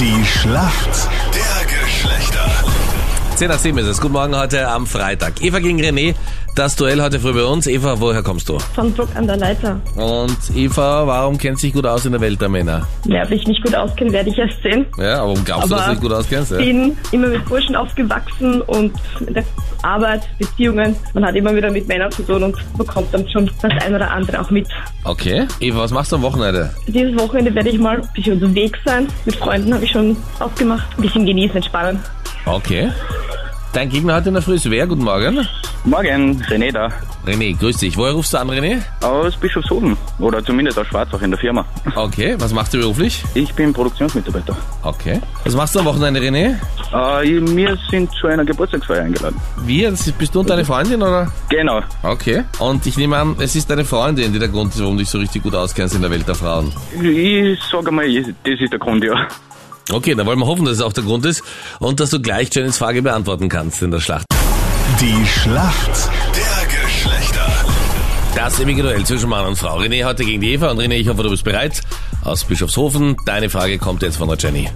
Die Schlacht der Geschlechter. 10 nach 7 ist es. Guten Morgen heute am Freitag. Eva gegen René, das Duell heute früh bei uns. Eva, woher kommst du? von Bruck an der Leiter. Und Eva, warum kennst du dich gut aus in der Welt der Männer? Ja, ob ich mich gut auskenne, werde ich erst sehen. Ja, aber warum glaubst du, Aber dass du dich gut auskennst? Ja? Bin immer mit Burschen aufgewachsen und in der Arbeit, Beziehungen. Man hat immer wieder mit Männern zu tun und bekommt dann schon das ein oder andere auch mit. Okay. Eva, was machst du am Wochenende? Dieses Wochenende werde ich mal ein bisschen unterwegs sein. Mit Freunden habe ich schon ausgemacht. Ein bisschen genießen, entspannen. Okay. Dein Gegner heute in der Früh ist wer? Guten Morgen. Morgen, René da. René, grüß dich. Woher rufst du an, René? Aus Bischofshofen. Oder zumindest aus Schwarzach in der Firma. Okay. Was machst du beruflich? Ich bin Produktionsmitarbeiter. Okay. Was machst du am Wochenende, René? Äh, wir sind zu einer Geburtstagsfeier eingeladen. Wir? Das ist- Bist du und deine Freundin, oder? Genau. Okay. Und ich nehme an, es ist deine Freundin, die der Grund ist, warum du dich so richtig gut auskennst in der Welt der Frauen. Ich sage mal, das ist der Grund, ja. Okay, dann wollen wir hoffen, dass es auch der Grund ist und dass du gleich Jennys Frage beantworten kannst in der Schlacht. Die Schlacht der Geschlechter. Das ewige Duell zwischen Mann und Frau. René heute gegen die Eva und René, ich hoffe, du bist bereit. Aus Bischofshofen, deine Frage kommt jetzt von der Jenny.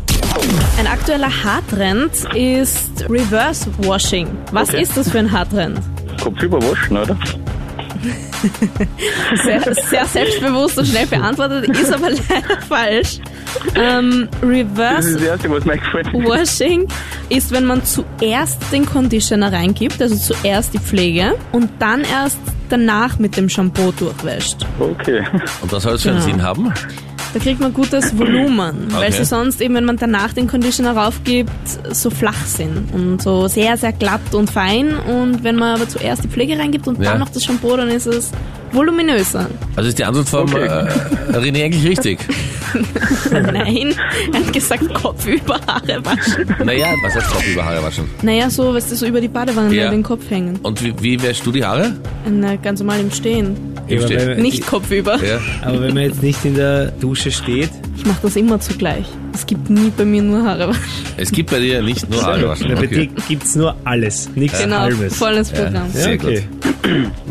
Ein aktueller Haartrend ist Reverse Washing. Was Okay. ist das für ein Haartrend? Kopf überwaschen, oder? Sehr, sehr selbstbewusst und schnell beantwortet, ist aber leider falsch. Ähm, Das ist Reverse das Erste, was mir gefällt. Washing ist, wenn man zuerst den Conditioner reingibt, also zuerst die Pflege und dann erst danach mit dem Shampoo durchwäscht. Okay. Und was soll es für einen Genau. Sinn haben? Da kriegt man gutes Volumen, weil sie sonst eben, wenn man danach den Conditioner raufgibt, so flach sind und so sehr, sehr glatt und fein. Und wenn man aber zuerst die Pflege reingibt und Ja. dann noch das Shampoo, dann ist es voluminöser. Also ist die Antwort von Okay. äh, René eigentlich richtig? Nein, er hat gesagt, Kopf über Haare waschen. Naja, was heißt Kopf über Haare waschen? Naja, so, weißt du, so über die Badewanne Ja. über den Kopf hängen. Und wie, wie wäschst du die Haare? Na, ganz normal im Stehen. Im aber, Stehen. wenn man, Nicht Kopf über. Ja. aber wenn man jetzt nicht in der Dusche steht, Ich mache das immer zugleich. Es gibt nie bei mir nur Haare waschen. Es gibt bei dir nicht nur Haare waschen. na, bei dir Okay. gibt's nur alles, nichts Genau, halbes. volles Programm. Ja, Sehr okay.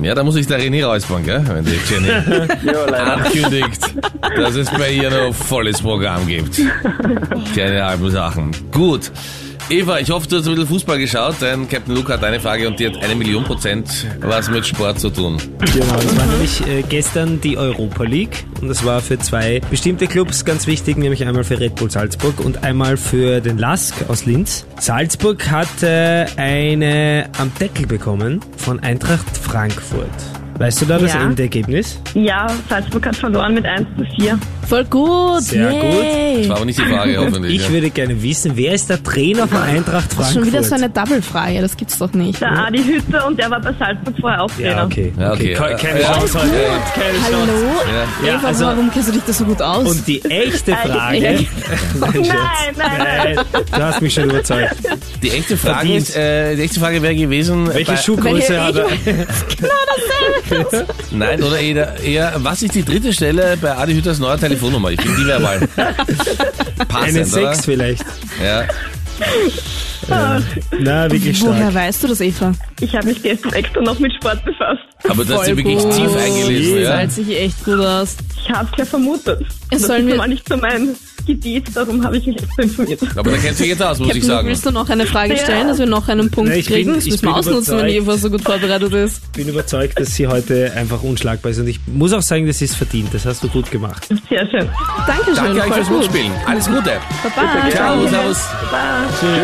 Ja, da muss ich der René räuspern, gell? Wenn die Jenny Ja, leider. ankündigt, dass es bei ihr noch volles Programm gibt. Keine halben Sachen. Gut. Eva, ich hoffe, du hast ein bisschen Fußball geschaut, denn Captain Luke hat eine Frage und die hat eine Million Prozent was mit Sport zu tun. Genau, das war nämlich äh, gestern die Europa League und das war für zwei bestimmte Clubs ganz wichtig, nämlich einmal für Red Bull Salzburg und einmal für den Lask aus Linz. Salzburg hatte eine am Deckel bekommen von Eintracht Frankfurt. Weißt du da das Ja. Endergebnis? Ja, Salzburg hat verloren mit 1 zu 4. Voll gut. Sehr yay. Das war aber nicht die Frage, hoffentlich. Ich ja. würde gerne wissen, wer ist der Trainer von Eintracht Frankfurt? Schon wieder so eine Double-Frage, das gibt's doch nicht. Der Adi Hütter und der war bei Salzburg vorher auch Trainer. Ja, okay. Ja, okay. Ke- Keine Ja. Chance heute. Keine Chance. Genau. Hallo? Ja. Ja, Eva, also- warum kennst du dich da so gut aus? Äh, Und die echte Frage. Eigentlich- Nein, Nein, nein. Nein, du hast mich schon überzeugt. Die echte Frage, Verdient. ist, äh, die echte Frage wäre gewesen. Welche bei- Schuhgröße Welche- hat er? Nein, oder eher, eher, was ist die dritte Stelle bei Adi Hütters neuer Telefonnummer? Ich bin die wäre mal. Passend, Eine 6 vielleicht. oder? Ja. Na, wirklich Woher stark. weißt du das, Eva? Ich habe mich gestern extra noch mit Sport befasst. Aber das hast du Voll wirklich gut. tief eingelesen, Du ja. Salzt dich echt gut aus. Ich habe es ja vermutet. Es das ist sollen wir- aber nicht so mein Gebiet, darum habe ich mich extra informiert. Aber da kennst du dich jetzt aus, muss ich Captain, Luke, sagen. willst du noch eine Frage Ja. stellen, dass wir noch einen Punkt Nein, ich bin- kriegen? das ich müssen wir bin ausnutzen, wenn die überzeugt. Eva so gut vorbereitet ist. Ich bin überzeugt, dass sie heute einfach unschlagbar ist. Und ich muss auch sagen, das ist verdient. Das hast du gut gemacht. Sehr schön. Dankeschön. Danke euch voll fürs gut. Mitspielen. Alles Gute. Baba. Ciao, servus. Bye.